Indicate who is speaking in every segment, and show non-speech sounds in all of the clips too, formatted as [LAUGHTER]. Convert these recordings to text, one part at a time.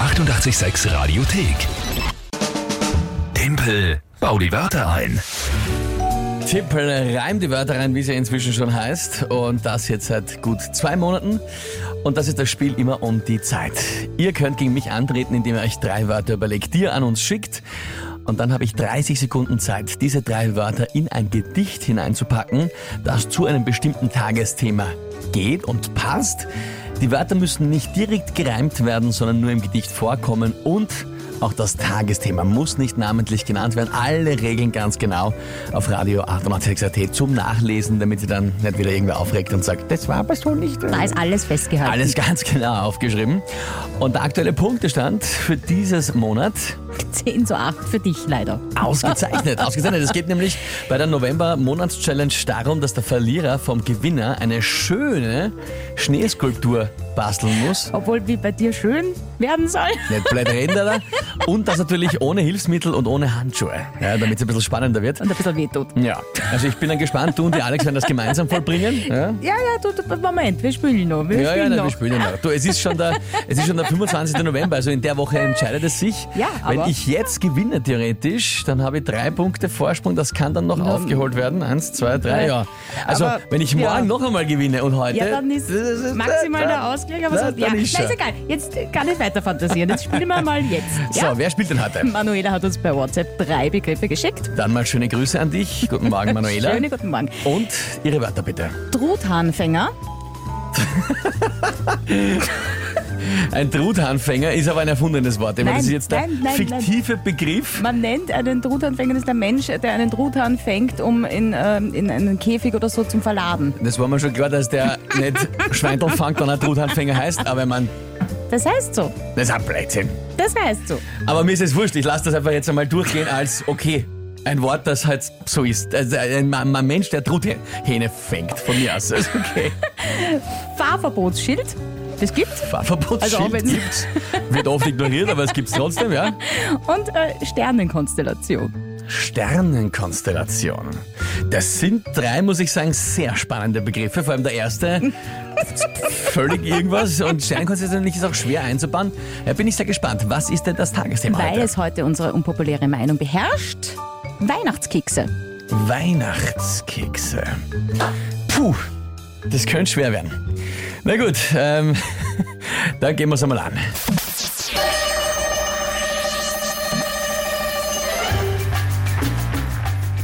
Speaker 1: 886 Radiothek. Tempel, bau die Wörter ein.
Speaker 2: Tippel reimt die Wörter rein, wie es ja inzwischen schon heißt. Und das jetzt seit gut zwei Monaten. Und das ist das Spiel immer um die Zeit. Ihr könnt gegen mich antreten, indem ihr euch drei Wörter überlegt, die ihr an uns schickt. Und dann habe ich 30 Sekunden Zeit, diese drei Wörter in ein Gedicht hineinzupacken, das zu einem bestimmten Tagesthema geht und passt. Die Wörter müssen nicht direkt gereimt werden, sondern nur im Gedicht vorkommen und auch das Tagesthema muss nicht namentlich genannt werden. Alle Regeln ganz genau auf Radio 886.at zum Nachlesen, damit sie dann nicht wieder irgendwer aufregt und sagt, das war aber so nicht.
Speaker 3: Da ist alles festgehalten.
Speaker 2: Ähm, Alles ganz genau aufgeschrieben. Und der aktuelle Punktestand für dieses Monat
Speaker 3: 10 zu 8 für dich leider.
Speaker 2: ausgezeichnet. Ausgezeichnet. Es geht nämlich bei der November-Monatschallenge darum, dass der Verlierer vom Gewinner eine schöne Schneeskulptur basteln muss.
Speaker 3: Obwohl wie bei dir schön werden soll.
Speaker 2: Nicht blöd reden, oder? Und das natürlich ohne Hilfsmittel und ohne Handschuhe, ja, damit es ein bisschen spannender wird.
Speaker 3: Und ein bisschen wehtut.
Speaker 2: Ja, also ich bin dann gespannt. Du und die Alex werden das gemeinsam vollbringen. Ja?
Speaker 3: Ja, ja, du, du, Moment, wir spielen noch. Wir
Speaker 2: Ja, ja,
Speaker 3: spielen
Speaker 2: nein,
Speaker 3: noch.
Speaker 2: wir spielen ja noch. Du, es ist schon der, es ist schon der 25. November, also in der Woche entscheidet es sich.
Speaker 3: Ja,
Speaker 2: Wenn
Speaker 3: aber-
Speaker 2: ich jetzt gewinne theoretisch, dann habe ich drei Punkte Vorsprung, das kann dann noch aufgeholt werden. Eins, zwei, drei, ja. Also,
Speaker 3: Aber-
Speaker 2: wenn ich morgen
Speaker 3: ja.
Speaker 2: noch einmal gewinne und heute...
Speaker 3: ja, dann ist
Speaker 2: Das
Speaker 3: maximal
Speaker 2: dann-
Speaker 3: der Ausgleich, aber
Speaker 2: dann-
Speaker 3: sonst, ja,
Speaker 2: dann
Speaker 3: nein,
Speaker 2: ist
Speaker 3: ist
Speaker 2: schon.
Speaker 3: egal. Jetzt kann ich weiter fantasieren. Jetzt
Speaker 2: [LAUGHS]
Speaker 3: spielen wir mal jetzt. Ja?
Speaker 2: So, wer spielt denn heute?
Speaker 3: Manuela hat uns per WhatsApp drei Begriffe geschickt.
Speaker 2: Dann mal schöne Grüße an dich. Guten Morgen, Manuela.
Speaker 3: Schönen guten Morgen.
Speaker 2: Und Ihre Wörter bitte.
Speaker 3: Truthahnfänger,
Speaker 2: Ein Truthahnfänger ist aber ein erfundenes Wort. Ich meine,
Speaker 3: Nein,
Speaker 2: das ist jetzt der
Speaker 3: nein, nein, nein.
Speaker 2: fiktive Begriff.
Speaker 3: Man nennt einen Truthahnfänger, das ist der Mensch, der einen Truthahn fängt, um in, ähm, in einen Käfig oder so zum Verladen.
Speaker 2: Das war mir schon klar, dass der nicht Schweintelfang, sondern Truthahnfänger heißt, aber man,
Speaker 3: Das heißt so.
Speaker 2: das ist ein Blödsinn.
Speaker 3: Das heißt so.
Speaker 2: Aber mir ist es wurscht, ich lasse das einfach jetzt einmal durchgehen als okay. Ein Wort, das halt so ist. Also ein, Ma- Ma- Mensch, der Truthähne fängt, von mir aus. [LAUGHS] Also okay.
Speaker 3: Fahrverbotsschild. Das gibt's.
Speaker 2: Fahrverbotsschild
Speaker 3: Also auch wenn-
Speaker 2: gibt's. Wird oft ignoriert, aber es gibt's trotzdem, ja.
Speaker 3: [LAUGHS] Und äh, Sternenkonstellation.
Speaker 2: Sternenkonstellation. Das sind drei, muss ich sagen, sehr spannende Begriffe. Vor allem der erste, völlig irgendwas. Und Sternenkonstellation ist auch schwer einzubauen. Da bin ich sehr gespannt. Was ist denn das Tagesthema
Speaker 3: Weil
Speaker 2: heute?
Speaker 3: es heute unsere unpopuläre Meinung beherrscht. Weihnachtskekse.
Speaker 2: Weihnachtskekse. Puh, das könnte schwer werden. Na gut, ähm, [LAUGHS] dann gehen wir es einmal an.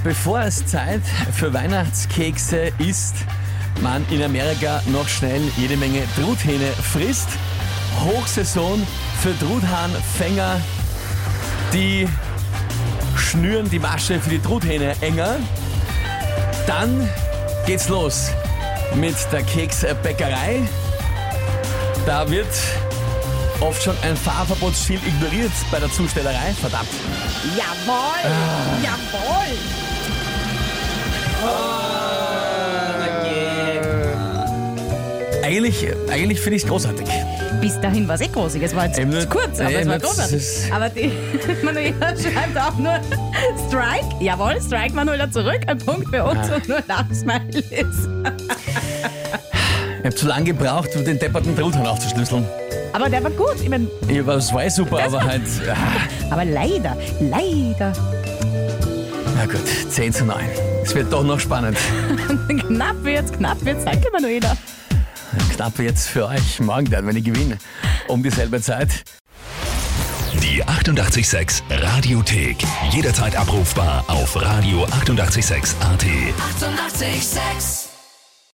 Speaker 2: Bevor es Zeit für Weihnachtskekse ist, man in Amerika noch schnell jede Menge Truthähne frisst. Hochsaison für Truthahnfänger, die schnüren die Masche für die Truthähne enger. Dann geht's los mit der Keksbäckerei. Da wird oft schon ein Fahrverbotsschild ignoriert bei der Zustellerei. Verdammt.
Speaker 3: Jawohl!
Speaker 2: Ah.
Speaker 3: Jawohl!
Speaker 2: Eigentlich, eigentlich finde ich es großartig.
Speaker 3: Bis dahin war es eh großartig. Es war jetzt
Speaker 2: Eben nur-
Speaker 3: kurz, aber
Speaker 2: eben
Speaker 3: es war
Speaker 2: nur- es
Speaker 3: großartig.
Speaker 2: ist-
Speaker 3: Aber die [LAUGHS] Manuela schreibt auch nur Strike. Jawohl, Strike Manuela zurück. Ein Punkt für uns
Speaker 2: Ah.
Speaker 3: und nur Lachsmileys.
Speaker 2: Ich habe zu lange gebraucht, um den depperten Truthahn aufzuschlüsseln.
Speaker 3: Aber der war gut. Ich mein,
Speaker 2: Ich war, es war eh super, aber halt. ah,
Speaker 3: aber leider, leider, [LAUGHS]
Speaker 2: Na gut, 10 zu 9. Es wird doch noch spannend.
Speaker 3: knapp wird's, knapp wird's. Danke, Manuela.
Speaker 2: Knapp jetzt für euch. Morgen dann, wenn ich gewinne. Um dieselbe Zeit.
Speaker 1: Die 886 Radiothek. Jederzeit abrufbar auf radio886.at. 886!
Speaker 4: 886